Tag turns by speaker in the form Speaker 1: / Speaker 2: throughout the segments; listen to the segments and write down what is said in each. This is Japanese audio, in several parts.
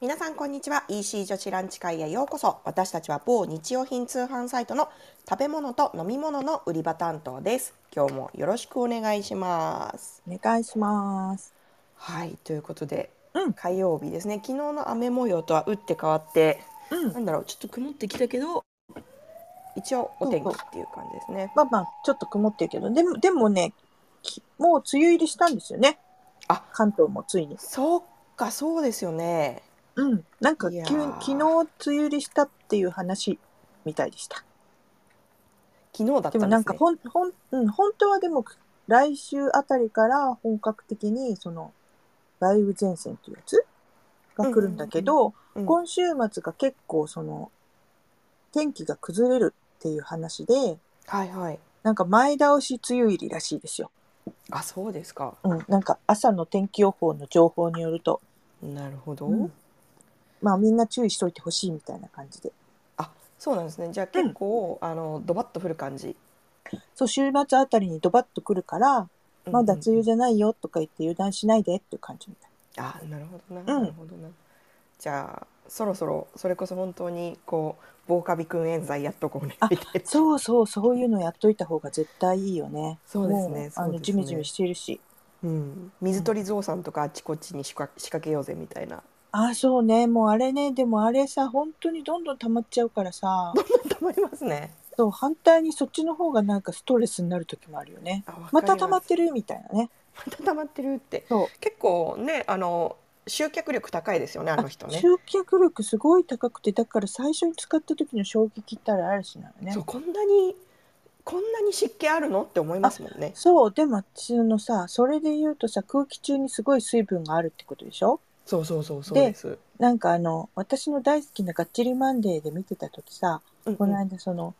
Speaker 1: 皆さんこんにちは EC 女子ランチ会へようこそ私たちは某日用品通販サイトの食べ物と飲み物の売り場担当です今日もよろしくお願いします
Speaker 2: お願いします。
Speaker 1: はいということで、
Speaker 2: うん
Speaker 1: 火曜日ですね昨日の雨模様とは打って変わって
Speaker 2: うん
Speaker 1: なんだろうちょっと曇ってきたけど一応お天気っていう感じですね
Speaker 2: まあまあ、ちょっと曇ってるけど、でも、でもね、きもう梅雨入りしたんですよね。
Speaker 1: あ
Speaker 2: 関東もついに。
Speaker 1: そっかそうですよね
Speaker 2: うん。なんか、
Speaker 1: い
Speaker 2: き
Speaker 1: や
Speaker 2: ゅ
Speaker 1: ー
Speaker 2: 昨日梅雨入りしたっていう話みたいでした。
Speaker 1: 昨日だったんです
Speaker 2: で
Speaker 1: ね
Speaker 2: もなんか、ほん、ほん、うん、本当はでも、来週あたりから本格的に、その、梅雨前線っていうやつが来るんだけど、
Speaker 1: うん
Speaker 2: 今週末が結構、その、天気が崩れるっていう話で、
Speaker 1: はいはい
Speaker 2: なんか前倒し梅雨入りらしいですよ。
Speaker 1: あそうですか
Speaker 2: うん、なんか朝の天気予報の情報によると、
Speaker 1: なるほど、
Speaker 2: うんまあみんな注意しといてほしいみたいな感じで。
Speaker 1: あそうなんですねじゃあ結構、あのドバッと降る感じ
Speaker 2: そう、週末あたりにドバッと来るから、まだ梅雨じゃないよとか言って油断しないでっていう感じみたい。
Speaker 1: あなるほどな、
Speaker 2: うん
Speaker 1: なるほどなじゃあそろそろそれこそ本当にこう防カビ君冤罪やっとこうね
Speaker 2: あ
Speaker 1: みたいな
Speaker 2: そうそう、そういうのやっといた方が絶対いいよね。
Speaker 1: そうですね
Speaker 2: も
Speaker 1: そう
Speaker 2: あ
Speaker 1: ですね
Speaker 2: の、ジメジメしてるし。
Speaker 1: うん、水鳥ゾウさんとかあっちこっちに仕掛仕掛けようぜみたいな
Speaker 2: あ、そうね。もうあれね、でもあれさ、本当にどんどん溜まっちゃうからさ、
Speaker 1: たまりますね
Speaker 2: そう、反対にそっちの方がなんかストレスになる時もあるよね。
Speaker 1: あわかり
Speaker 2: また溜まっ
Speaker 1: す
Speaker 2: てるみたいなね。
Speaker 1: また溜まってるって
Speaker 2: そう。
Speaker 1: 結構ねあの集客力高いですよねあの人ね
Speaker 2: 集客力すごい高くてだから最初に使った時の衝撃ったら嵐なのね
Speaker 1: そうこんなにこんなに湿気あるのって思いますもんね
Speaker 2: そうでもそのさそれで言うとさ空気中にすごい水分があるってことでしょ
Speaker 1: そうそうそうそう
Speaker 2: で
Speaker 1: です、うん
Speaker 2: なんかあの私の大好きな「ガッチリマンデー」で見てた時さ
Speaker 1: うん
Speaker 2: この間その、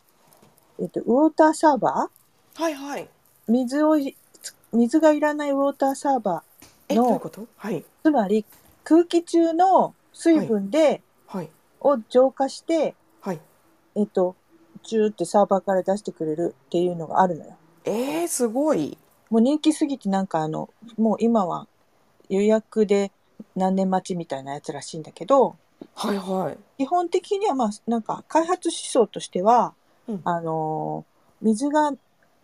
Speaker 2: えっと、ウォーターサーバ
Speaker 1: はいはい
Speaker 2: ー水をい水がいらないウォーターサーバ
Speaker 1: え
Speaker 2: の
Speaker 1: どういうことはい
Speaker 2: ーつまり空気中の水分で、
Speaker 1: はい
Speaker 2: を浄化して
Speaker 1: はい
Speaker 2: えっとジューってサーバーから出してくれるっていうのがあるのよ。
Speaker 1: えー、すごい
Speaker 2: もう人気すぎてなんかあのもう今は予約で何年待ちみたいなやつらしいんだけど
Speaker 1: はいはい
Speaker 2: 基本的にはまあなんか開発思想としては、
Speaker 1: うん
Speaker 2: あのー水が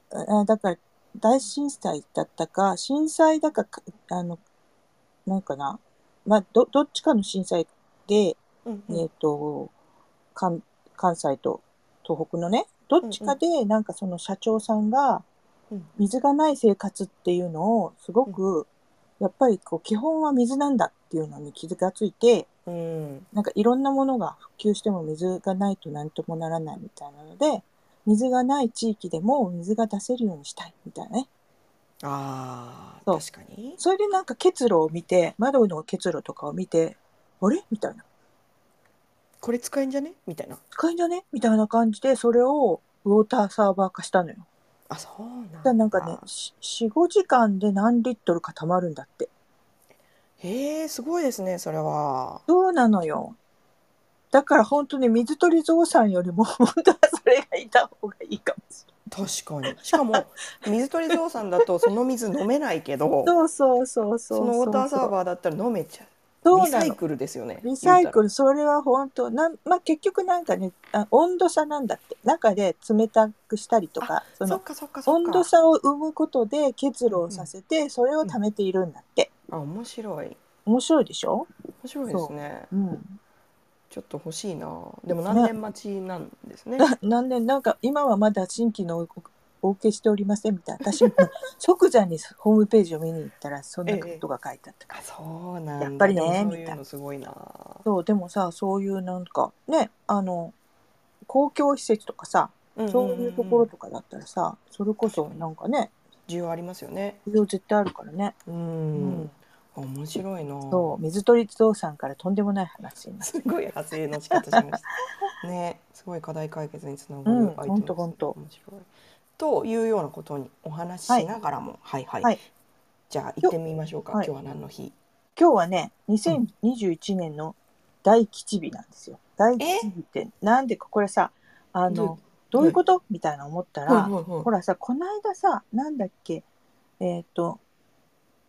Speaker 2: あだから大震災だったか震災だかかあのなんかな、まあ、どどっちかの震災で、
Speaker 1: うん
Speaker 2: えっと関関西と東北のねどっちかでなんかその社長さんが
Speaker 1: うん
Speaker 2: 水がない生活っていうのをすごくやっぱりこう基本は水なんだっていうのに気がついて
Speaker 1: うん
Speaker 2: なんかいろんなものが普及しても水がないと何ともならないみたいなので水がない地域でも水が出せるようにしたいみたいなね
Speaker 1: あ
Speaker 2: そ
Speaker 1: ー
Speaker 2: う
Speaker 1: 確かに
Speaker 2: それでなんか結露を見て窓の結露とかを見てあれみたいな
Speaker 1: これ使えんじゃねみたいな
Speaker 2: 使えんじゃねみたいな感じでそれをウォーターサーバー化したのよ。
Speaker 1: あそうなん
Speaker 2: だか
Speaker 1: だ
Speaker 2: らなんかね、45時間で何リットルか溜まるんだって
Speaker 1: へえすごいですねそれは
Speaker 2: そうなのよだから本当に水鳥ゾウさんよりも本当はそれがいた方がいいかもし
Speaker 1: 確かにしかも 水鳥ゾウさんだとその水飲めないけど
Speaker 2: れないそうそうそうそう
Speaker 1: そのウォーターサー
Speaker 2: ー
Speaker 1: バーだったら飲めちゃう
Speaker 2: そう
Speaker 1: リサ
Speaker 2: な
Speaker 1: イ
Speaker 2: の
Speaker 1: クルですよね
Speaker 2: リサ
Speaker 1: 言
Speaker 2: イ
Speaker 1: うた
Speaker 2: クルそれは本当なんまあ結局なんかねあ温度差なんだって中で冷たくしたりとかそ
Speaker 1: らそっ
Speaker 2: の
Speaker 1: かそっかそっ
Speaker 2: 温
Speaker 1: か
Speaker 2: 度差を生むことで結露をさせてそれを溜めているんだって
Speaker 1: あ面白い面
Speaker 2: 面白いでしょ
Speaker 1: 白いですね
Speaker 2: うん
Speaker 1: ちょっと欲しいなでも何年待ちなんですね
Speaker 2: ななんでなんか今はまだ新規のおお受けしておりませんみたいな私も即座にホームページを見に行ったらそんなことが書いてあったから、
Speaker 1: あそうなんだ
Speaker 2: やっぱりね
Speaker 1: でもそう
Speaker 2: み
Speaker 1: い
Speaker 2: た
Speaker 1: う
Speaker 2: い
Speaker 1: の
Speaker 2: な
Speaker 1: すごいな
Speaker 2: そうでもさそういうなんかねあの公共施設とかさそういうところ
Speaker 1: んんん
Speaker 2: とかだったらさそれこそなんかね
Speaker 1: 需要ありますよね
Speaker 2: 需要絶対あるからね、
Speaker 1: う、
Speaker 2: うん
Speaker 1: 面白いな
Speaker 2: そう水鳥蔵さんからとんでもない話になる
Speaker 1: すごい派生の仕方しました。ね、すごい課題解決につながる
Speaker 2: うん
Speaker 1: アイテムですね、
Speaker 2: ほんとほんと
Speaker 1: 面白い。というようなことにお話ししながらも、はい、はい、
Speaker 2: はい
Speaker 1: じゃあ行ってみましょうか。
Speaker 2: はい
Speaker 1: 今日は何の日？
Speaker 2: 今日はね2021年の大吉日なんですよ大吉日ってなんでかこれさあのどういうこと、みたいな思ったら、
Speaker 1: はいはいはい
Speaker 2: ほらさ、この間さ、なんだっけ、えっ、と、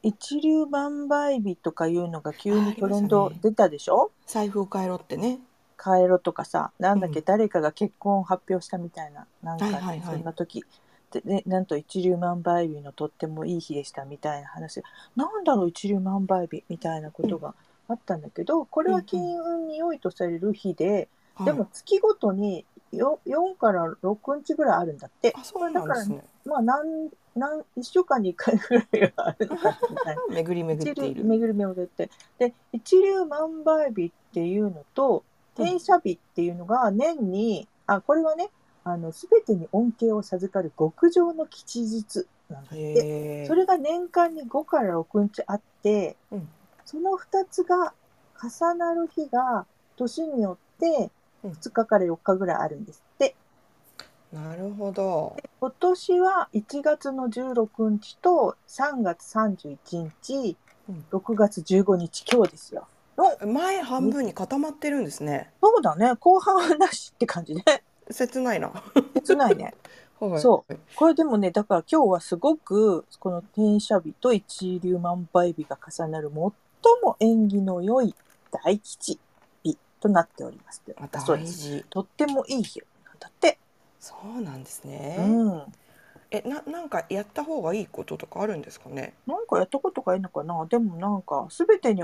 Speaker 2: 一粒万倍日とかいうのが急
Speaker 1: あーあ
Speaker 2: に
Speaker 1: り
Speaker 2: ト
Speaker 1: ましたね
Speaker 2: レンド出たでしょ
Speaker 1: 財布を変えろってね。
Speaker 2: 変えろとかさなんだっけ、
Speaker 1: うん
Speaker 2: 誰かが結婚を発表したみたいななんか、
Speaker 1: はいはいはい
Speaker 2: そんな時ででなんと一粒万倍日のとってもいい日でしたみたいな話なんだろう一粒万倍日みたいなことがあったんだけど、これは金運に良いとされる日で、
Speaker 1: はい、
Speaker 2: でも月ごとに 4, 4から6日ぐらいあるんだって
Speaker 1: あそうなんですね。
Speaker 2: まあ何何1週間に1回ぐらいがあるのかみたいな。
Speaker 1: 巡り巡
Speaker 2: 一
Speaker 1: ってい
Speaker 2: 流
Speaker 1: る。
Speaker 2: 巡り巡ってで一流万倍日っていうのと
Speaker 1: うん
Speaker 2: 転写日っていうのが年に、あこれはねあの全てに恩恵を授かる極上の吉日なんだって
Speaker 1: へえ。
Speaker 2: それが年間に5から6日あって
Speaker 1: うん
Speaker 2: その2つが重なる日が年によって
Speaker 1: うん
Speaker 2: 2日から4日ぐらいあるんですって
Speaker 1: なるほど。
Speaker 2: 今年は1月の16日と3月31日
Speaker 1: うん
Speaker 2: 6月15日今日ですよ。
Speaker 1: 前半分に固まってるんですね。
Speaker 2: そうだね。後半はなしって感 じね。
Speaker 1: 切ないな。
Speaker 2: 切ないね。
Speaker 1: はい
Speaker 2: そこれでもね、だから今日はすごく、この転写日と一粒万倍日が重なる最も縁起の良い大吉日となっております。
Speaker 1: あ
Speaker 2: そう
Speaker 1: 大
Speaker 2: です。
Speaker 1: 事。
Speaker 2: とってもいい日なんだって。
Speaker 1: そうなんですね。
Speaker 2: うん。
Speaker 1: え、な、なんかやった方がいいこととかあるんですかね。
Speaker 2: なんかやったことがいいのかなでもなんか、すべてに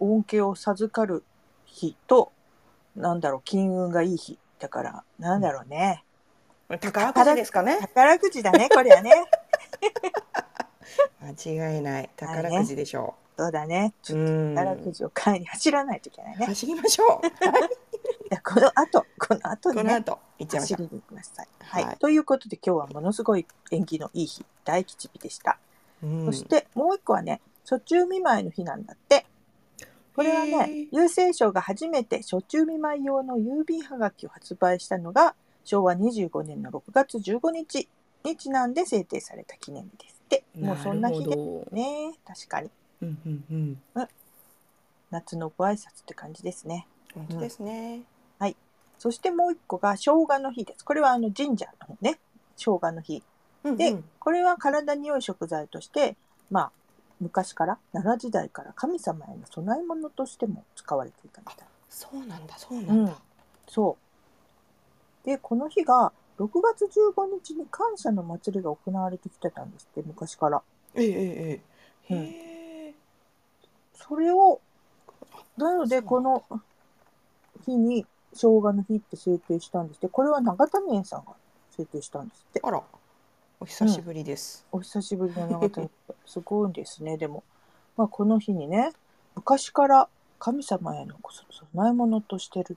Speaker 2: 恩恵を授かる日と、なんだろう、金運がいい日。だから、なんだろうね。
Speaker 1: 宝くじですかね。
Speaker 2: 宝くじだね、これはね。
Speaker 1: 間違いない。宝くじでしょ
Speaker 2: そうだね。
Speaker 1: う。うん。
Speaker 2: 宝くじを買いに走らないといけないね。
Speaker 1: 走りましょう。
Speaker 2: じゃあこの後、この後
Speaker 1: この
Speaker 2: にね、
Speaker 1: 後行っちゃいまし
Speaker 2: 走
Speaker 1: ょう。
Speaker 2: りにください。はい。
Speaker 1: はい
Speaker 2: ということで今日はものすごい縁起のいい日、大吉日でした。
Speaker 1: うん
Speaker 2: そしてもう一個はね、初中見舞いの日なんだって。これは
Speaker 1: へ
Speaker 2: ね
Speaker 1: ー、
Speaker 2: 郵政省が初めて初中見舞い用の郵便はがきを発売したのが昭和25年の6月15日にちなんで制定された記念日ですって。もうそんな日
Speaker 1: る
Speaker 2: で
Speaker 1: ほど
Speaker 2: ね、確かに
Speaker 1: うんうんうん。
Speaker 2: 夏のご挨拶って感じですね。
Speaker 1: 本当ですね。
Speaker 2: そしてもう一個が生姜の日です。これはあの神社の方ね、生姜の日。
Speaker 1: うん
Speaker 2: で
Speaker 1: うん
Speaker 2: これは体に良い食材として、まあ、昔から、奈良時代から神様への供え物としても使われていたみたい。
Speaker 1: そうなんだそうな
Speaker 2: うんん
Speaker 1: だ。、
Speaker 2: そう。で、この日が6月15日に感謝の祭りが行われてきてたんですって、昔から。
Speaker 1: ええええええ。
Speaker 2: うん
Speaker 1: へえ。
Speaker 2: それを、なので
Speaker 1: そ
Speaker 2: こ
Speaker 1: うなん
Speaker 2: の日に生姜の日って制定したんですって、これは長谷園さんが制定したんですって。
Speaker 1: あら、お久しぶりです。
Speaker 2: お久しぶりの長谷さん すごいですねでも、まあ、この日にね昔から神様への供え物としてる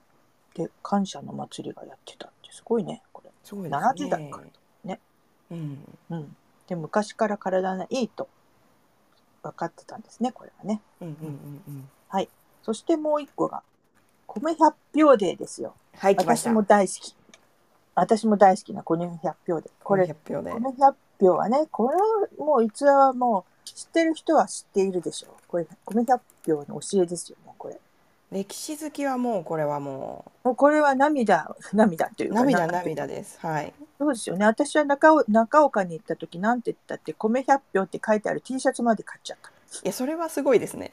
Speaker 2: って感謝の祭りがやってたってすごいねこれ、
Speaker 1: すごいですね。
Speaker 2: 奈良時代からとね。
Speaker 1: うん。
Speaker 2: うん、で昔から体がいいと分かってたんですねこれはね
Speaker 1: うんうんうんうん。
Speaker 2: そしてもう一個が米百票デーですよ
Speaker 1: はい来まし
Speaker 2: 私
Speaker 1: た。
Speaker 2: も大好き私も大好きな米百票デーこれ
Speaker 1: 百票で
Speaker 2: こ。の100票はね、これもう逸話はもう知ってる人は知っているでしょう。これ、米100票の教えですよね、これ。
Speaker 1: 歴史好きはもうこれはも
Speaker 2: もうこれは涙、涙という
Speaker 1: う
Speaker 2: か。
Speaker 1: 涙
Speaker 2: なんか
Speaker 1: 涙です。はい。
Speaker 2: そうですよね。私は中尾中岡に行った時、なんて言ったって、米100票って書いてある T シャツまで買っちゃった。
Speaker 1: いやそれはすごいですね。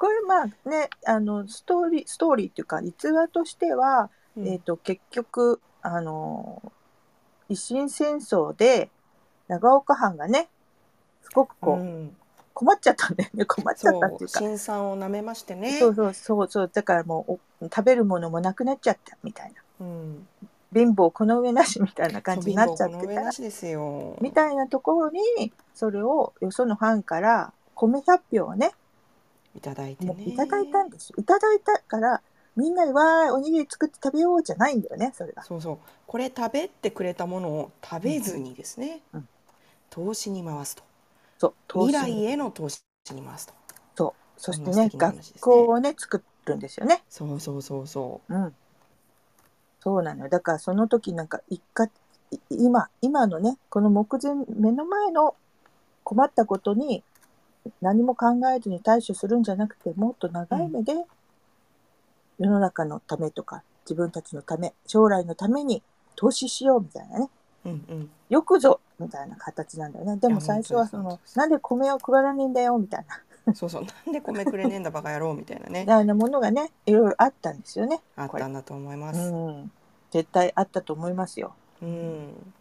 Speaker 2: これまあね、あの、ストーリー、ストーリーっていうか、逸話としては、えっ、と、結局、あの、一心戦争で、長岡藩がね、すごくこう、
Speaker 1: うん
Speaker 2: 困っちゃったんだよね、困っちゃったって
Speaker 1: そ
Speaker 2: いううか。
Speaker 1: 辛酸を舐めましてね。
Speaker 2: そうそうそうそうだからもうお食べるものもなくなっちゃったみたい
Speaker 1: う
Speaker 2: な
Speaker 1: ん。
Speaker 2: 貧乏この上なしみたいな感じになっちゃっ
Speaker 1: そう貧乏
Speaker 2: て
Speaker 1: この上
Speaker 2: た
Speaker 1: なしですよ。
Speaker 2: みたいなところにそれをよそのファンから米100票をね
Speaker 1: いただいて
Speaker 2: も
Speaker 1: ね。
Speaker 2: ういただいたんですよいただいたからみんなでわーいおにぎり作って食べようじゃないんだよねそれが
Speaker 1: そうそう。これ食べてくれたものを食べずにですね。
Speaker 2: うんうん
Speaker 1: 投資に回すと。
Speaker 2: そう
Speaker 1: 未
Speaker 2: 投資
Speaker 1: 来への投資に回すと。
Speaker 2: そうそして
Speaker 1: こんな素
Speaker 2: ね
Speaker 1: 敵な話ですね
Speaker 2: 学校をね作るんですよね
Speaker 1: そうそうそうそ
Speaker 2: うんそうなのよだからその時なんか一括い今今のねこの目前目の前の困ったことに何も考えずに対処するんじゃなくてもっと長い目で世の中のためとか自分たちのため将来のために投資しようみたいなね
Speaker 1: う。うんうん。
Speaker 2: よくぞみたいな形なんだよね。で
Speaker 1: い
Speaker 2: も
Speaker 1: や
Speaker 2: 最初はそ
Speaker 1: 本
Speaker 2: の
Speaker 1: 当で、す
Speaker 2: なんで米を配らねえんだよ、みたいな。
Speaker 1: そうそうなんで米くれねえんだバカ野郎みたいなね
Speaker 2: みたいなものがね、いろいろあったんですよね。
Speaker 1: あったんだと思います。
Speaker 2: うん。絶対あったと思いますよ。
Speaker 1: うん、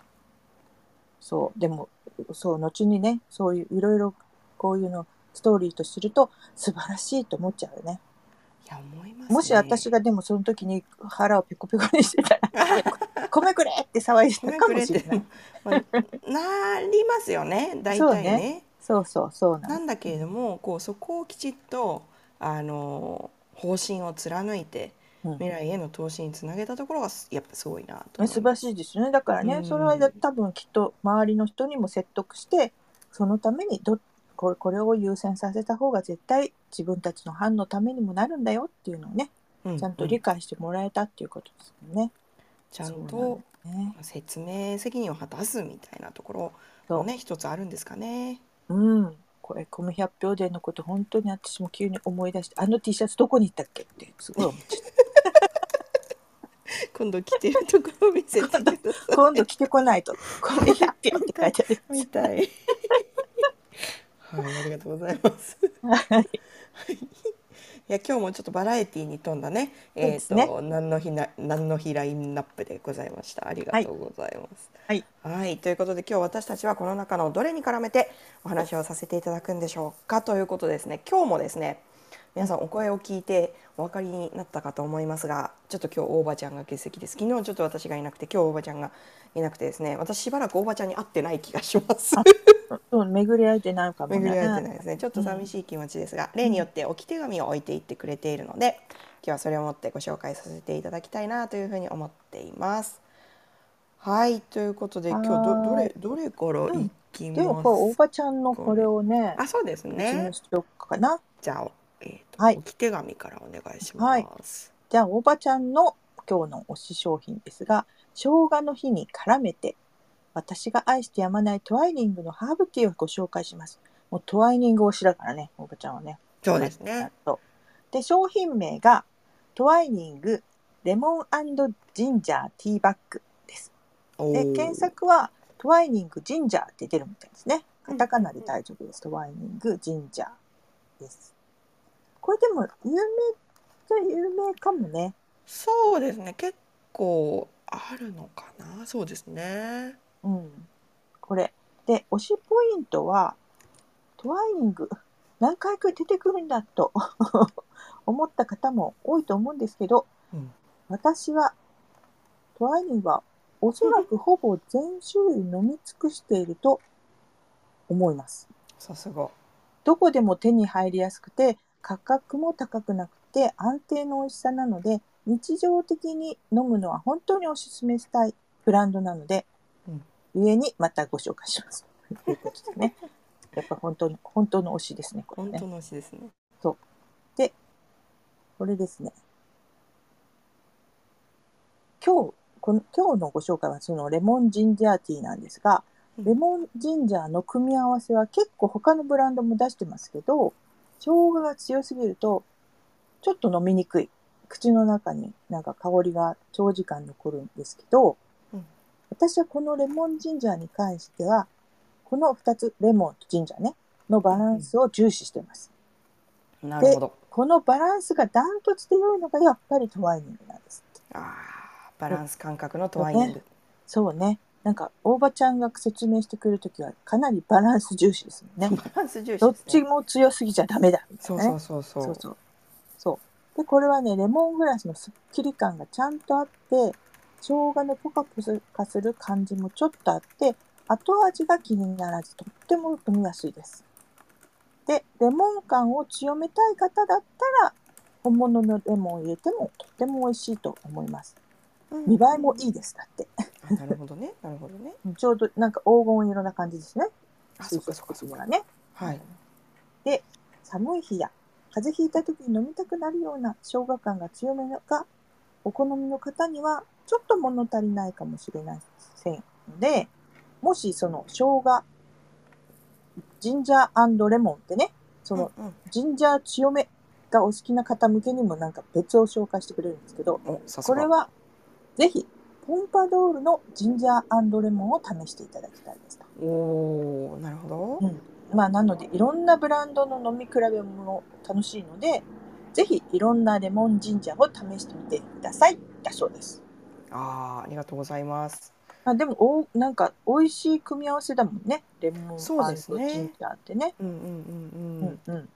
Speaker 2: そう。でも、そう、後にね、そういう、いろいろこういうの、ストーリーとすると、素晴らしいと思っちゃうよね。
Speaker 1: いや思います、ね、
Speaker 2: もし私 がでもその時に腹をペコペコにしてたら、 米くれって騒いで
Speaker 1: 米
Speaker 2: たか
Speaker 1: く
Speaker 2: も
Speaker 1: れっ
Speaker 2: してれない。
Speaker 1: まあなりますよね大
Speaker 2: そう
Speaker 1: 体ね
Speaker 2: ねそうそうそうな
Speaker 1: な
Speaker 2: の。
Speaker 1: んだけれどもこうそこをきちっとあの方針を貫いて
Speaker 2: うん
Speaker 1: 未来への投資につなげたところがすやっぱすごいなと思
Speaker 2: ね
Speaker 1: い
Speaker 2: 素晴ら
Speaker 1: し
Speaker 2: しいですよねだからね、
Speaker 1: うん
Speaker 2: それはだ多分きっと周りの人にも説得してそのためにどこれこれを優先させた方が絶対自分たちの班のためにもなるんだよっていうのをね
Speaker 1: い
Speaker 2: ちゃんと理解してもらえたっていうことですよね。
Speaker 1: ちゃん
Speaker 2: そう
Speaker 1: と
Speaker 2: なんだよね
Speaker 1: 説明責任を果たすみたいなところ
Speaker 2: そ
Speaker 1: も
Speaker 2: う
Speaker 1: ね一つあるんですかね。
Speaker 2: うんこれ米百票伝のこと本当に私も急に思い出してあの T シャツどこに行ったっけってすごい思 っちゃっ
Speaker 1: 今度着てるところ見せてくだ
Speaker 2: た今度着てこないと米百票って書いてある
Speaker 1: みたい。はい、ありがとうございます。
Speaker 2: はい
Speaker 1: いや今日もちょっとバラエティに富んだね、
Speaker 2: そう
Speaker 1: え
Speaker 2: で
Speaker 1: っ、
Speaker 2: すね
Speaker 1: と何の日な何の日ラインナップでございました。ありがとうございます。
Speaker 2: はい
Speaker 1: はい、ということで今日私たちはこの中のどれに絡めてお話をさせていただくんでしょうかということですね。今日もですね、皆さんお声を聞いてお分かりになったかと思いますが、ちょっと今日大場ちゃんが欠席です。昨日ちょっと私がいなくて、今日大場ちゃんがいなくてですね、私しばらく大場ちゃんに会ってない気がします。
Speaker 2: そう巡り合えてないかもね
Speaker 1: 巡り合えてないですねちょっと寂しい気持ちですが、例によって置き手紙を置いていってくれているので今日はそれを持ってご紹介させていただきたいなというふうに思っています。はいということで今日ど
Speaker 2: は
Speaker 1: ど
Speaker 2: ー
Speaker 1: れどれからいきます
Speaker 2: でもこれおばちゃんのこれをね
Speaker 1: あそうです
Speaker 2: うちに
Speaker 1: ね
Speaker 2: しとくかな。
Speaker 1: じゃあ、えーと
Speaker 2: はい
Speaker 1: 置き手紙からお願いします。
Speaker 2: じゃあ、おばちゃんの今日の推し商品ですが、生姜の日に絡めて、私が愛してやまないトワイニングのハーブティーをご紹介します。もうトワイニング推しだからね、おばちゃんはね。
Speaker 1: そうですね。。
Speaker 2: で、商品名が、トワイニングレモンジンジャーティーバッグです。
Speaker 1: お
Speaker 2: で、
Speaker 1: ー
Speaker 2: 検索は、トワイニングジンジャーって出るみたいですね。カタカナで大丈夫です。トワイニングジンジャーです。これでも、有名っちゃ有名かもね。
Speaker 1: そうですね結構あるのかなそうですね。
Speaker 2: うん、これで推しポイントはトワイニング何回か出てくるんだと 思った方も多いと思うんですけど
Speaker 1: うん
Speaker 2: 私はトワイニングはおそらくほぼ全種類飲み尽くしていると思います。
Speaker 1: さすが。
Speaker 2: どこでも手に入りやすくて価格も高くなくて安定の美味しさなので日常的に飲むのは本当におすすめしたいブランドなので、
Speaker 1: うん
Speaker 2: 故にまたご紹介します。ということ でねやっぱ本当の本当の推しですねこれ
Speaker 1: 本
Speaker 2: ね
Speaker 1: 当の推しですね。
Speaker 2: これですね今日この今日のご紹介はそのレモンジンジャーティーなんですが
Speaker 1: うん
Speaker 2: レモンジンジャーの組み合わせは結構他のブランドも出してますけど生姜が強すぎるとちょっと飲みにくい口の中になんか香りが長時間残るんですけど、
Speaker 1: うん
Speaker 2: 私はこのレモンジンジャーに関してはこの2つレモンとジンジャーねのバランスを重視してます。
Speaker 1: なるほど。
Speaker 2: このバランスがダントツで良いのがやっぱりトワイニングなんですって。
Speaker 1: ああバランス感覚のトワイニング。
Speaker 2: そうね。なんか、大場ちゃんが説明してくるときは、かなりバランス重視ですもんね。
Speaker 1: バランス重視
Speaker 2: どっ
Speaker 1: です
Speaker 2: ち
Speaker 1: ね。
Speaker 2: も強すぎちゃダメだ。みた
Speaker 1: そ
Speaker 2: いうなね
Speaker 1: そうそうそう。
Speaker 2: そうそう。そう。で、これはね、レモングラスのすっきり感がちゃんとあって、生姜のポカポカする感じもちょっとあって、後味が気にならず、とっても飲みやすいです。で、レモン感を強めたい方だったら、本物のレモンを入れてもとっても美味しいと思います。
Speaker 1: うん
Speaker 2: 見栄えもいいです。だって。
Speaker 1: あなるほどね。なるほどね。
Speaker 2: ちょうどなんか黄金色な感じですね。
Speaker 1: あそっかそっかそっ
Speaker 2: 水
Speaker 1: か。
Speaker 2: 素的にはね。
Speaker 1: はい。
Speaker 2: 寒い日や風邪ひいた時に飲みたくなるような生姜感が強めのがお好みの方にはちょっと物足りないかもしれませんのでもしその生姜ジンジャーレモンってねその
Speaker 1: うんうん
Speaker 2: ジンジャー強めがお好きな方向けにもなんか別を紹介してくれるんですけど
Speaker 1: おさす
Speaker 2: こ
Speaker 1: が。
Speaker 2: れはぜひポンパドールのジンジャーレモンを試していただきたいですと。
Speaker 1: おお、なるほど。
Speaker 2: まあ、なのでいろんなブランドの飲み比べも楽しいのでぜひいろんなレモンジンジャーを試してみてくださいだそうです。
Speaker 1: ああ、ありがとうございます。
Speaker 2: あでもおなんか美味しい組み合わせだもんねレモンジ
Speaker 1: そうですね
Speaker 2: ンジャーってね。
Speaker 1: うんうんうん
Speaker 2: う
Speaker 1: うん。
Speaker 2: んうん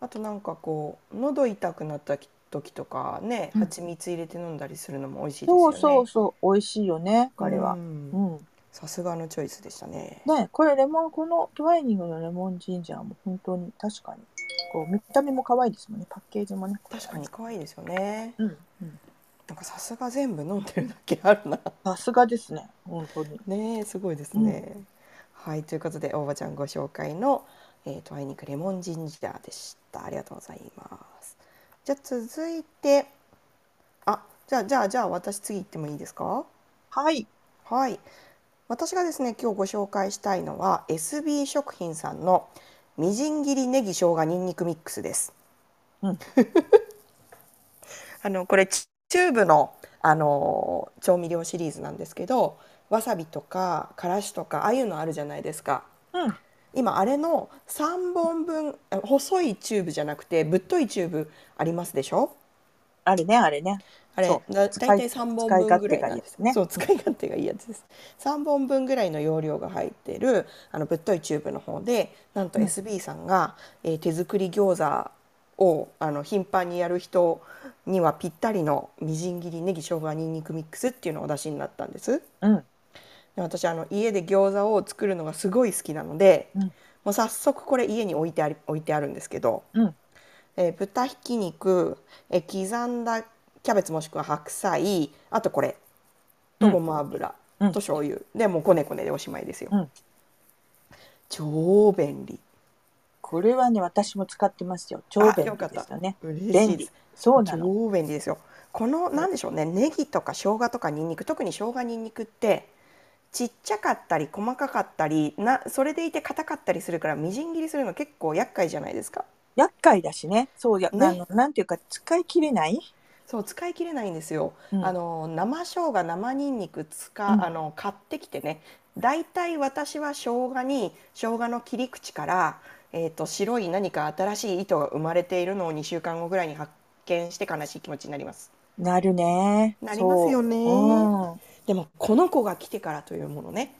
Speaker 1: あとなんかこう喉痛くなった時とかね、
Speaker 2: うん
Speaker 1: 蜂蜜入れて飲んだりするのも美味しいですよ
Speaker 2: そう
Speaker 1: ね。
Speaker 2: そうそう美味しいよね彼
Speaker 1: う
Speaker 2: は。
Speaker 1: ん
Speaker 2: うん
Speaker 1: さすがのチョイスでしたね。
Speaker 2: ねこれレモンこのトワイニングのレモンジンジャーも本当に確かにこう見た目も可愛いですもんねパッケージもね
Speaker 1: 確かに可愛いですよね。
Speaker 2: うんうん
Speaker 1: なんかさすが全部飲んでるだけあるな。
Speaker 2: さすがですね本当に
Speaker 1: ねえすごいですね。はいということで大場ちゃんご紹介の、えー、とあいにくレモンジンジャーでした。ありがとうございます。じゃあ続いてあじゃあじゃあじゃあ私次行ってもいいですか
Speaker 2: はい
Speaker 1: はい。私がですね今日ご紹介したいのは SB 食品さんのみじん切りネギ生姜ニンニクミックスです。
Speaker 2: うん
Speaker 1: あのこれチチューブのあのー調味料シリーズなんですけど、わさびとかからしとかああいうのあるじゃないですか。
Speaker 2: うん
Speaker 1: 今あれの3本分あ細いチューブじゃなくてぶっといチューブありますでしょ？
Speaker 2: あれねあれね
Speaker 1: あれ
Speaker 2: そ
Speaker 1: だ
Speaker 2: 使い
Speaker 1: 大体3本分ぐらいなんですね。
Speaker 2: 使
Speaker 1: そう使い勝手がいいやつです。3本分ぐらいの容量が入ってるあのぶっといチューブの方でなんと
Speaker 2: うん
Speaker 1: SB さんが、えー手作り餃子をあの頻繁にやる人にはぴったりのみじん切りネギ生姜にんにくミックスっていうのをお出しになったんです。
Speaker 2: うん
Speaker 1: で私あの家で餃子を作るのがすごい好きなので、
Speaker 2: うん
Speaker 1: もう早速これ家に置いてあり置いてあるんですけど、
Speaker 2: うん
Speaker 1: えー豚ひき肉、えー刻んだキャベツもしくは白菜あとこれとごま油、
Speaker 2: うん
Speaker 1: と醤油でもうこねこねでおしまいですよ。
Speaker 2: うん
Speaker 1: 超便利
Speaker 2: これはね私も使ってますよ超便
Speaker 1: あよ
Speaker 2: 利
Speaker 1: かっ
Speaker 2: で
Speaker 1: た
Speaker 2: したね
Speaker 1: 嬉し
Speaker 2: 便
Speaker 1: いです
Speaker 2: 利。そうなの
Speaker 1: 超便利ですよ。このなんでしょうね、ネギとか生姜とかニンニク、特に生姜ニンニクってちっちゃかったり細かかったり、なそれでいて硬かったりするからみじん切りするの結構厄介じゃないですか。
Speaker 2: 厄介だしねそうや、
Speaker 1: ね
Speaker 2: あのなんていうか使い切れない、
Speaker 1: そう使い切れないんですよ。
Speaker 2: うん
Speaker 1: あの生生姜生ニンニク使、
Speaker 2: うん
Speaker 1: あの買ってきてね。だいたい私は生姜に生姜の切り口から、えー、と白い何か新しい糸が生まれているのを2週間後ぐらいに発見して悲しい気持ちになります。
Speaker 2: なるね
Speaker 1: なりますよね
Speaker 2: そう
Speaker 1: でもこの子が来てからというものね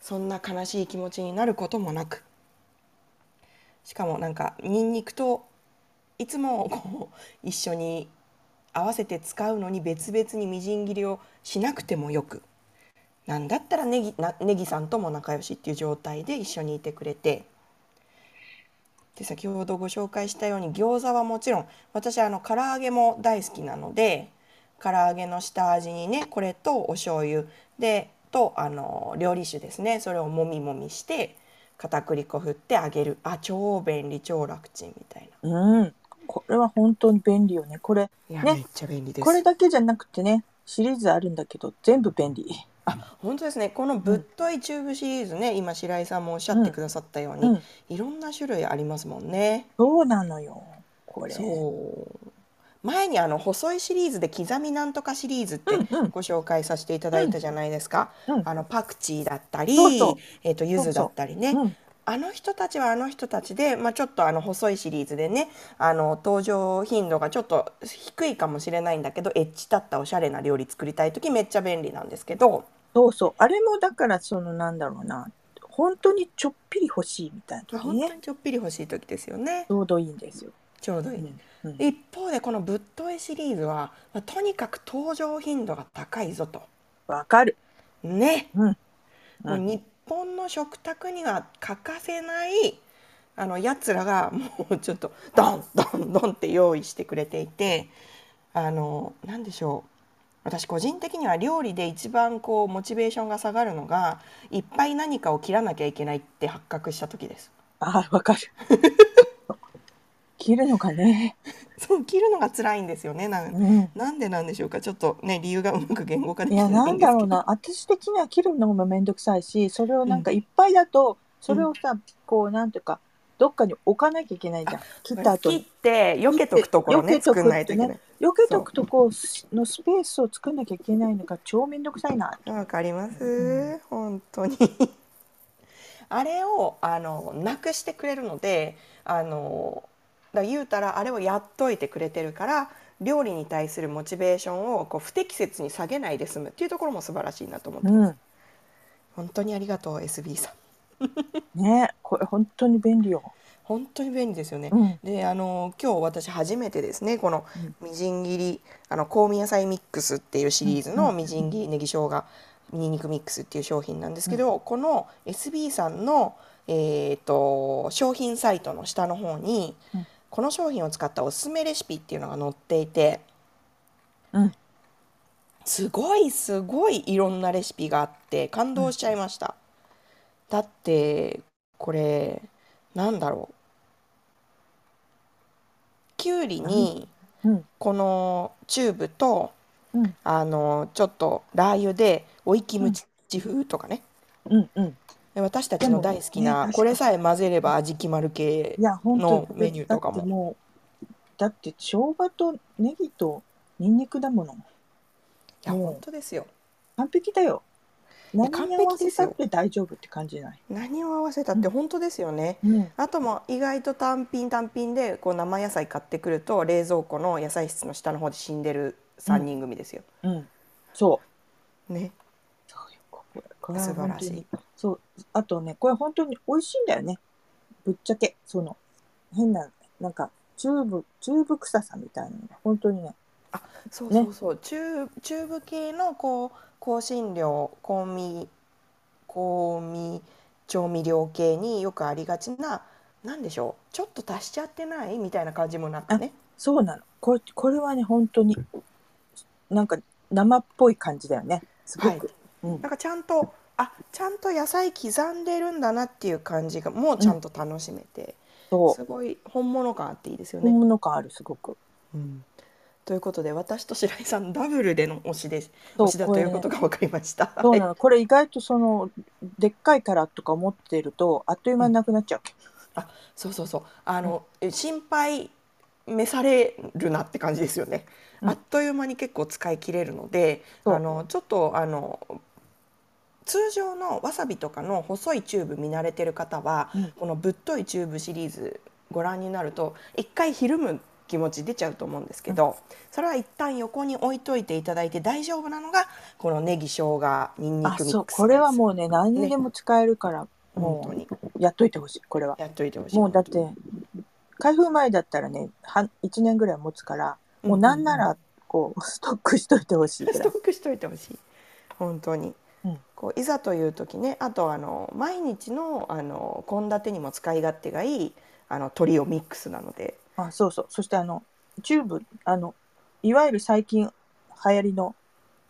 Speaker 1: そんな悲しい気持ちになることもなくしかもなんかニンニクといつもこう一緒に合わせて使うのに別々にみじん切りをしなくてもよくなんだったらネギなネギさんとも仲良しっていう状態で一緒にいてくれてで先ほどご紹介したように餃子はもちろん私あの唐揚げも大好きなので唐揚げの下味にねこれとお醤油でとあの料理酒ですねそれをもみもみして片栗粉振って揚げるあ超便利超楽ちんみたいな
Speaker 2: うん、うん、これは本当に便利よねこれ
Speaker 1: いや、
Speaker 2: ね
Speaker 1: めっちゃ便利です
Speaker 2: これだけじゃなくてねシリーズあるんだけど全部便利、
Speaker 1: 本当ですねこのぶっといチューブシリーズね、今白井さんもおっしゃってくださったように、
Speaker 2: うん、
Speaker 1: いろんな種類ありますもんね
Speaker 2: そうなのよこれ
Speaker 1: そう前にあの細いシリーズで刻みなんとかシリーズって
Speaker 2: うんうん
Speaker 1: ご紹介させていただいたじゃないですか、
Speaker 2: うん
Speaker 1: あのパクチーだったり
Speaker 2: そうそう
Speaker 1: えー、と柚子だったりね
Speaker 2: うん
Speaker 1: あの人たちはあの人たちで、まあ、ちょっとあの細いシリーズでねあの登場頻度がちょっと低いかもしれないんだけどエッジ立ったおしゃれな料理作りたい時めっちゃ便利なんですけど
Speaker 2: そうそうあれもだからそのなんだろうな本当にちょっぴり欲しいみたいな
Speaker 1: 本当
Speaker 2: ね
Speaker 1: にちょっぴり欲しい時ですよね
Speaker 2: ちょうどいいんですよ、
Speaker 1: ちょうどいい。
Speaker 2: うんうん
Speaker 1: 一方でこのぶっといシリーズは、まあ、とにかく登場頻度が高いぞと。
Speaker 2: わかる、
Speaker 1: ね、
Speaker 2: うん
Speaker 1: もう日本の食卓には欠かせないあのやつらがもうちょっとドンドンドンって用意してくれていてあの何でしょう私個人的には料理で一番こうモチベーションが下がるのがいっぱい何かを切らなきゃいけないって発覚した時です。
Speaker 2: あわかる切るのかね、
Speaker 1: そう切るのが辛いんですよねなん
Speaker 2: うん、
Speaker 1: なんでなんでしょうかちょっとね理由がうまく言語化で
Speaker 2: い
Speaker 1: き
Speaker 2: や
Speaker 1: て
Speaker 2: な
Speaker 1: ないん
Speaker 2: ん
Speaker 1: ですけ
Speaker 2: だろ
Speaker 1: ど
Speaker 2: うな私的には切るのもめんどくさいしそれをなんかいっぱいだと、それをさこうなんていうかどっかに置かなきゃいけないじゃん切った後
Speaker 1: 切っ
Speaker 2: に
Speaker 1: て避けとくところね
Speaker 2: 避けと
Speaker 1: 作
Speaker 2: く
Speaker 1: んないといけない。
Speaker 2: 避けとくとこのスペースを作んなきゃいけないのが超めんどくさいな
Speaker 1: わかります、
Speaker 2: うん
Speaker 1: 本当に あれをあのなくしてくれるのであのだから言うたらあれをやっといてくれてるから料理に対するモチベーションをこう不適切に下げないで済むっていうところも素晴らしいなと思って、
Speaker 2: うん
Speaker 1: 本当にありがとう SB さん
Speaker 2: ねこれ本当に便利よ、
Speaker 1: 本当に便利ですよね、
Speaker 2: うん
Speaker 1: であの今日私初めてですねこの
Speaker 2: うん
Speaker 1: みじん切りあの香味野菜ミックスっていうシリーズ
Speaker 2: うん
Speaker 1: の
Speaker 2: うん
Speaker 1: みじん切りネギ生姜にんにくミックスっていう商品なんですけど、この SB さんの、えー、と商品サイトの下の方に、
Speaker 2: うん
Speaker 1: この商品を使ったおすすめレシピっていうのが載っていて
Speaker 2: うん
Speaker 1: すごいすごいいろんなレシピがあって感動しちゃいました。だってこれなんだろうきゅうりに
Speaker 2: うん
Speaker 1: このチューブと
Speaker 2: うん
Speaker 1: あのちょっとラー油で追いキムチ風とかね
Speaker 2: うんうん、
Speaker 1: で私たちの大好き
Speaker 2: でも
Speaker 1: な
Speaker 2: ね
Speaker 1: これさえ混ぜれば味決まる系
Speaker 2: いや本当
Speaker 1: のメニューとかも
Speaker 2: だってもうだって生姜とネギとニンニクだもの
Speaker 1: いや
Speaker 2: もう
Speaker 1: 本当ですよ
Speaker 2: 完璧だよ何
Speaker 1: 完
Speaker 2: に合わ
Speaker 1: 璧で
Speaker 2: せ
Speaker 1: す
Speaker 2: た
Speaker 1: よ
Speaker 2: って大丈夫って感じない、
Speaker 1: 何を合わせたって本当ですよね
Speaker 2: うん、
Speaker 1: あとも意外と単品単品でこう生野菜買ってくると冷蔵庫の野菜室の下の方で死んでる3人組ですよ、
Speaker 2: うん、そう。
Speaker 1: ね
Speaker 2: そうよこれこれは
Speaker 1: 素晴
Speaker 2: 本
Speaker 1: ら
Speaker 2: 当
Speaker 1: し
Speaker 2: に
Speaker 1: い。
Speaker 2: そう。あとね、これ本当に美味しいんだよね。ぶっちゃけ、その、変な、なんか、チューブ、チューブ臭さみたいなのが本当にね。
Speaker 1: そう
Speaker 2: ね
Speaker 1: そうそう、中中部系のこう香辛料香味香味調味料系によくありがちななんでしょうちょっと足しちゃってないみたいな感じもなくね
Speaker 2: そうなの。これ、これはね、本当に、なんか、生っぽい感じだよね。すごく。うん
Speaker 1: なんかちゃんとあちゃんと野菜刻んでるんだなっていう感じがもうちゃんと楽しめて、
Speaker 2: そ
Speaker 1: すごい本物感あっていいです
Speaker 2: う。
Speaker 1: よね。
Speaker 2: 本物感ある、すごく。
Speaker 1: うんということで私と白井さんダブルでの推しです
Speaker 2: そう
Speaker 1: 推しだということが分かりました。
Speaker 2: そ
Speaker 1: は
Speaker 2: う
Speaker 1: い
Speaker 2: なの。これ意外とその、でっかいからとか思ってると、あっという間になくなっちゃう。
Speaker 1: そうそうそうあの、え心配召されるなって感じですよね、
Speaker 2: うん
Speaker 1: あっという間に結構使い切れるので
Speaker 2: そう
Speaker 1: あのちょっとあの通常のわさびとかの細いチューブ見慣れてる方は、
Speaker 2: うん
Speaker 1: このぶっといチューブシリーズご覧になると一回ひるむ気持ち出ちゃうと思うんですけど、それは一旦横に置いといていただいて大丈夫なのがこのネギ生姜ニンニ
Speaker 2: あ、
Speaker 1: クミ
Speaker 2: そ
Speaker 1: ッ
Speaker 2: う。
Speaker 1: クス
Speaker 2: これは
Speaker 1: う
Speaker 2: もうね、何にでも使えるから、
Speaker 1: 本当
Speaker 2: も
Speaker 1: に
Speaker 2: う、やっといてほしい。これは。
Speaker 1: やっといてほしい
Speaker 2: もうだって開封前だったらね半1年ぐらい持つからもうなんな
Speaker 1: うんうんうん
Speaker 2: らこう ストックしといてほしいぐ
Speaker 1: ス
Speaker 2: ら
Speaker 1: ト
Speaker 2: い
Speaker 1: ックしといてほしい本当に、
Speaker 2: うん
Speaker 1: こういざという時ねあとあの毎日のあの献立にも使い勝手がいいあの鶏をミックスなので
Speaker 2: あそうそうそしてあのチューブあのいわゆる最近流行りの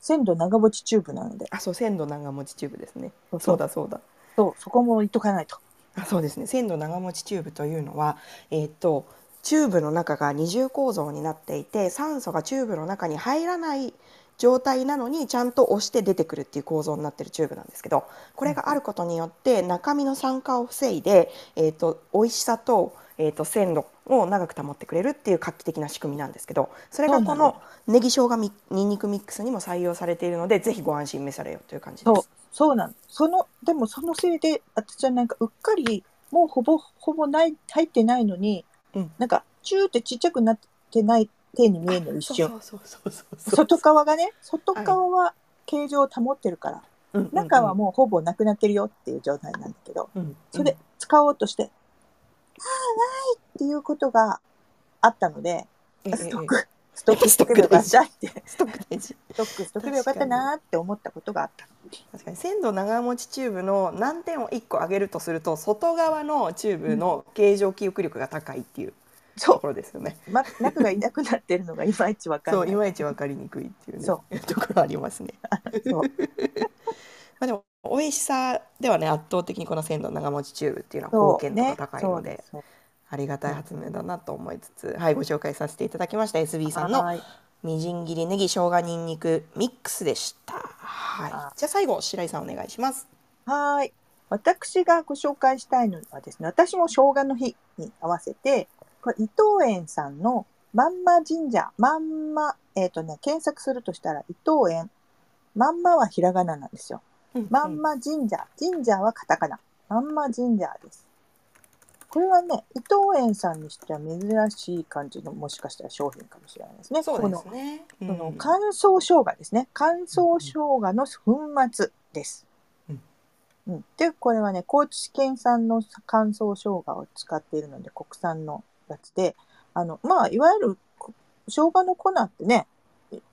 Speaker 2: 鮮度長持ちチューブなので
Speaker 1: あそう鮮度長持ちチューブですね
Speaker 2: そう
Speaker 1: そうだそうだ
Speaker 2: そうそこもいっとかないと
Speaker 1: あそうですね鮮度長持ちチューブというのはえーっとチューブの中が二重構造になっていて酸素がチューブの中に入らない状態なのにちゃんと押して出てくるっていう構造になってるチューブなんですけどこれがあることによって中身の酸化を防いで、えー、と美味しさと,、えー、と鮮度を長く保ってくれるっていう画期的な仕組みなんですけどそれが
Speaker 2: そ
Speaker 1: こ
Speaker 2: うなん
Speaker 1: のネギ生姜みにんにくミックスにも採用されているのでぜひご安心召されよという感じで
Speaker 2: そう
Speaker 1: す。
Speaker 2: そうなのそのでもそのせいで私はなんかうっかりもうほぼほぼない入ってないのに、
Speaker 1: うん
Speaker 2: なんかチューってちっちゃくなってない手に見えるの一瞬
Speaker 1: あそうそうそうそうそう
Speaker 2: 外側がね外側は形状を保ってるから、
Speaker 1: うんうんうん
Speaker 2: 中はもうほぼなくなってるよっていう状態なんだけど
Speaker 1: うんうん
Speaker 2: それで使おうとして、ああないっていうことがあったので
Speaker 1: ええ
Speaker 2: ストッ
Speaker 1: え
Speaker 2: クストックしとけばよかったって
Speaker 1: え ストック大事
Speaker 2: ストックしとけばよかったなーって思ったことがあった
Speaker 1: 確かに鮮度長持ちチューブの難点を1個上げるとすると外側のチューブの形状記憶力が高いっていうと
Speaker 2: そ
Speaker 1: ころですよね。
Speaker 2: う、ま、中がいなくなってるのがいまいちわかん
Speaker 1: そ
Speaker 2: な
Speaker 1: う
Speaker 2: い
Speaker 1: いまいち分かりにくいっていう,、ね、
Speaker 2: そ
Speaker 1: ところありますね。
Speaker 2: そ
Speaker 1: ま
Speaker 2: う
Speaker 1: あでも美味しさではね圧倒的にこの鮮度長持ちチューブっていうのは
Speaker 2: そ
Speaker 1: 貢
Speaker 2: う
Speaker 1: 献度
Speaker 2: ね
Speaker 1: が高い
Speaker 2: そ
Speaker 1: の
Speaker 2: う
Speaker 1: で、
Speaker 2: ですそう
Speaker 1: ありがたい発明だなと思いつつ、はいご紹介させていただきました SB さんの
Speaker 2: はい
Speaker 1: みじん切りネギ生姜にんにくミックスでした。はい
Speaker 2: あ
Speaker 1: じゃあ最後白井さんお願いします。
Speaker 2: はーい私がご紹介したいのはですね、私も生姜の日に合わせて、これ伊藤園さんのまんま神社、まんま、えっ、とね、検索するとしたら伊藤園、まんまはひらがななんですよ。
Speaker 1: うん
Speaker 2: まんま神社、神社はカタカナ、まんま神社です。これはね、伊藤園さんにしては珍しい感じの、もしかしたら商品かもしれないですね。
Speaker 1: そうです
Speaker 2: この
Speaker 1: ね。
Speaker 2: その
Speaker 1: うん
Speaker 2: 乾燥生姜ですね。乾燥生姜の粉末です。
Speaker 1: うん
Speaker 2: うん、で、これはね、高知県産の乾燥生姜を使っているので、国産のやつで、あの、まあ、いわゆるこ生姜の粉ってね、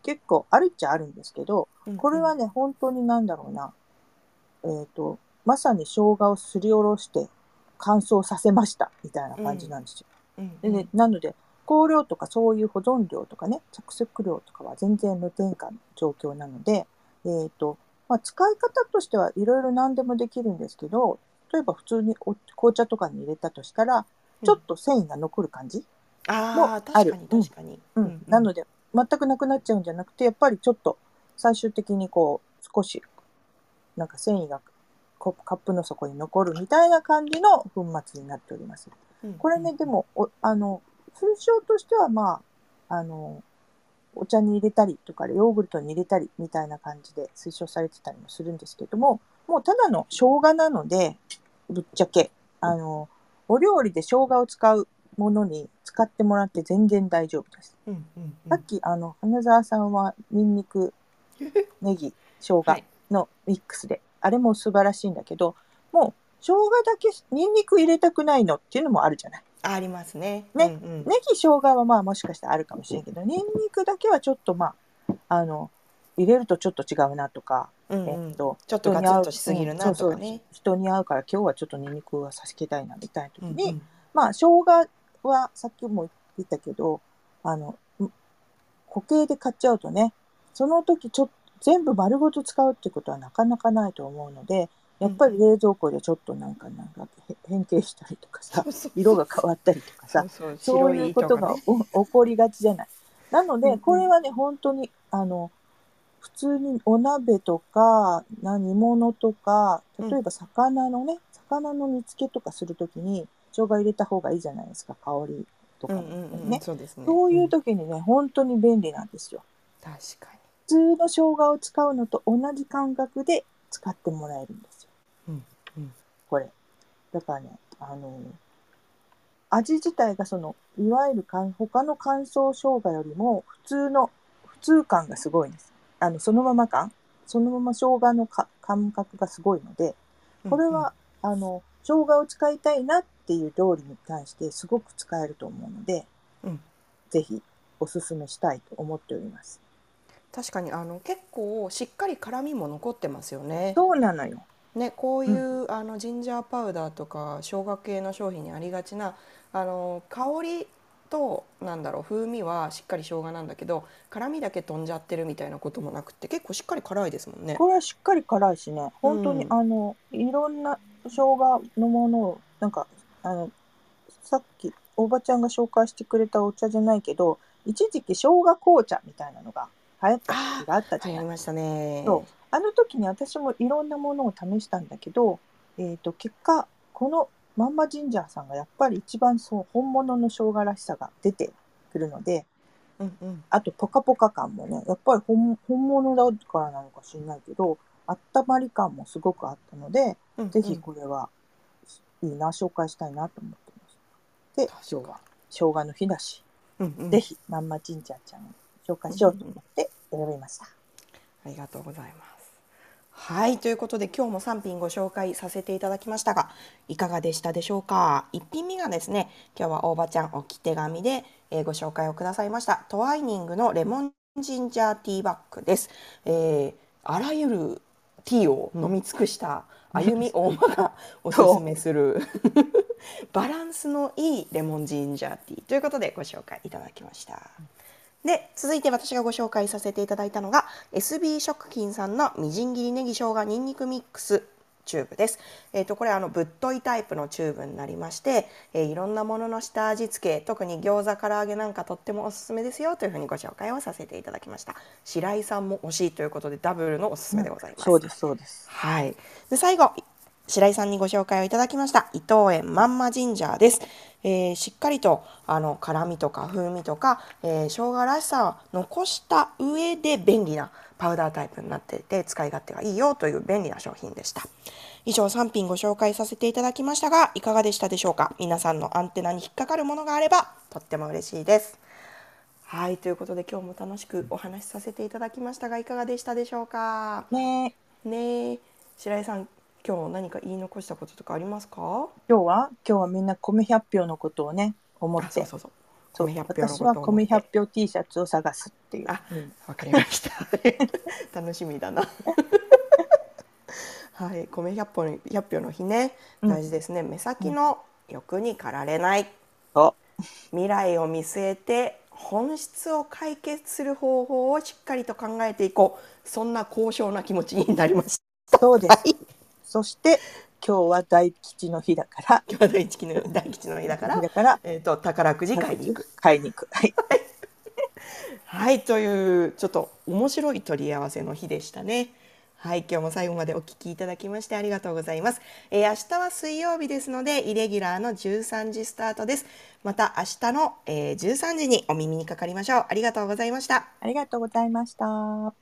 Speaker 2: 結構あるっちゃあるんですけど、これはね、本当になんだろうな。えっ、と、まさに生姜をすりおろして乾燥させました、みたいな感じなんですよ。
Speaker 1: うん
Speaker 2: でね、なので香料とかそういう保存料とかね着色料とかは全然無添加の状況なので、えーとまあ、使い方としてはいろいろ何でもできるんですけど例えば普通にお紅茶とかに入れたとしたらちょっと繊維が残る感じ、
Speaker 1: ああ
Speaker 2: もあ
Speaker 1: 確
Speaker 2: る
Speaker 1: かに確かに。
Speaker 2: うんなの
Speaker 1: で
Speaker 2: で全くなくなっちゃうんじゃなくてやっぱりちょっと最終的にこう少しなんか繊維がコカップの底に残るみたいな感じの粉末になっております。これね、でも、おあの、通称としては、まあ、あの、お茶に入れたりとか、ヨーグルトに入れたりみたいな感じで推奨されてたりもするんですけども、もうただの生姜なので、ぶっちゃけ、あの、お料理で生姜を使うものに使ってもらって全然大丈夫です。
Speaker 1: うんうんうん
Speaker 2: さっき、あの、花沢さんは、ニンニ ク、ネギ、生姜
Speaker 1: はい
Speaker 2: のミックスで、あれも素晴らしいんだけど、もう、生姜だけ、ニンニク入れたくないのっていうのもあるじゃない。
Speaker 1: ありますね。
Speaker 2: ね
Speaker 1: うんうん
Speaker 2: ネギ生姜はまあもしかしたらあるかもしれんけどニンニクだけはちょっとまああの入れるとちょっと違うなとか、
Speaker 1: うん
Speaker 2: え
Speaker 1: うん
Speaker 2: っと
Speaker 1: ちょっとガツッとしすぎるなとか
Speaker 2: うんそう
Speaker 1: ね
Speaker 2: そう。人に合うから今日はちょっとニンニクは差しけたいなみたいな時
Speaker 1: うんうん
Speaker 2: に、まあ生姜はさっきも言ったけどあのん固形で買っちゃうとねその時ちょっと全部丸ごと使うってことはなかなかないと思うのでやっぱり冷蔵庫でちょっとなんかなんかへ変形したりと かさ
Speaker 1: そうそう
Speaker 2: 色が変わったりとかさ
Speaker 1: そうそう
Speaker 2: そう
Speaker 1: 白
Speaker 2: い
Speaker 1: いう
Speaker 2: こと
Speaker 1: 糸
Speaker 2: が
Speaker 1: ね
Speaker 2: お起こりがちじゃない。なの
Speaker 1: うんう
Speaker 2: で、
Speaker 1: ん
Speaker 2: これはね、本当に、あの、普通にお鍋とか、な煮物とか、
Speaker 1: うん
Speaker 2: 例えば魚のね、魚の煮付けとかするときに、生姜入れた方がいいじゃないですか、香りとか
Speaker 1: う
Speaker 2: も
Speaker 1: んうんうん
Speaker 2: ね。
Speaker 1: そうですね。
Speaker 2: そうい
Speaker 1: ん
Speaker 2: う時にね、本当に便利なんですよ。
Speaker 1: 確か
Speaker 2: 普通の生姜を使うのと同じ感覚で使ってもらえるんですよ。
Speaker 1: うんうん
Speaker 2: これ。だからね、あの味自体がその、いわゆるかん他の乾燥生姜よりも普通の、普通感がすごいんです。あの、そのまま感そのまま生姜のか感覚がすごいので、
Speaker 1: に。
Speaker 2: これは、あの、生姜を使いたいなっていう料理に関してすごく使えると思うので、
Speaker 1: うん
Speaker 2: ぜひおすすめしたいと思っております。
Speaker 1: 確かにあの結構しっかり辛みも残ってますよね。
Speaker 2: そうなのよ。
Speaker 1: ねこういう、あのジンジャーパウダーとか生姜系の商品にありがちなあの香りとなんだろう風味はしっかり生姜なんだけど辛みだけ飛んじゃってるみたいなこともなくって結構しっかり辛いですもんね。
Speaker 2: これはしっかり辛いしね本当に、
Speaker 1: うん
Speaker 2: あのいろんな生姜のものをなんかあのさっきおばちゃんが紹介してくれたお茶じゃないけど一時期生姜紅茶みたいなのが流行った時があったじ
Speaker 1: 流行
Speaker 2: ゃな
Speaker 1: り
Speaker 2: い
Speaker 1: ましたね。
Speaker 2: そうあの時に私もいろんなものを試したんだけど、えー、と結果このまんまジンジャーさんがやっぱり一番そう本物の生姜らしさが出てくるので
Speaker 1: うんうん。
Speaker 2: あとポカポカ感もね、やっぱり本本物だからなのかしれないけど、あったまり感もすごくあったので、
Speaker 1: うんうん
Speaker 2: ぜひこれはいいな、紹介したいなと思ってます。で、今
Speaker 1: 確
Speaker 2: 日は
Speaker 1: か
Speaker 2: 生姜の日だし、
Speaker 1: うんうん
Speaker 2: ぜひまんま神社ちゃんを紹介しようと思って選びました。
Speaker 1: ありがとうございます。はい、ということで今日も3品ご紹介させていただきましたが、いかがでしたでしょうか。1品目がですね、今日は大場ちゃん置き手紙で、えーご紹介をくださいました、トワイニングのレモンジンジャーティーバッグです。えーあらゆるティーを飲み尽くした歩み大間がおすすめする バランスのいいレモンジンジャーティーということでご紹介いただきました。で続いて私がご紹介させていただいたのが SB 食品さんのみじん切りネギ生姜にんにくミックスチューブです。えっ、とこれあのぶっといタイプのチューブになりまして、えーいろんなものの下味付け、特に餃子唐揚げなんかとってもおすすめですよというふうにご紹介をさせていただきました。白井さんも推しいということでダブルのおすすめでございます。
Speaker 2: そうです、そうです。
Speaker 1: はい。で最後白井さんにご紹介をいただきました伊藤園まんまジンジャーです、えーしっかりとあの辛みとか風味とか、えー、生姜らしさを残した上で便利なパウダータイプになっていて使い勝手がいいよという便利な商品でした以上3品ご紹介させていただきましたがいかがでしたでしょうか皆さんのアンテナに引っかかるものがあればとっても嬉しいですはいということで今日も楽しくお話しさせていただきましたがいかがでしたでしょうか
Speaker 2: ね
Speaker 1: ねえ白井さん今日何か言い残したこととかありますか
Speaker 2: 今日は今日はみんな米百票のことをね思っ
Speaker 1: あそ
Speaker 2: て
Speaker 1: うそうそう
Speaker 2: そう
Speaker 1: 米百票のことを思
Speaker 2: 私は
Speaker 1: って
Speaker 2: 米百票 T シャツを探すっていう、
Speaker 1: あ
Speaker 2: うん
Speaker 1: わかりました 楽しみだなはい米百本百票の日ね
Speaker 2: うん
Speaker 1: 大事ですね、目先の欲に駆られない
Speaker 2: そ
Speaker 1: 未来を見据えて本質を解決する方法をしっかりと考えていこうそんな高尚な気持ちになりまし
Speaker 2: そうで
Speaker 1: た
Speaker 2: す
Speaker 1: はい
Speaker 2: そして今日は大吉の日だから
Speaker 1: 今日は大吉の大吉の日だ から
Speaker 2: だから
Speaker 1: えっ、と宝くじ買いに行く
Speaker 2: 買いに行くはい
Speaker 1: はい、というちょっと面白い取り合わせの日でしたね。はい、今日も最後までお聞きいただきましてありがとうございます。えー明日は水曜日ですので、イレギュラーの13時スタートです。また明日の、えー13時にお耳にかかりましょう。ありがとうございました。
Speaker 2: ありがとうございました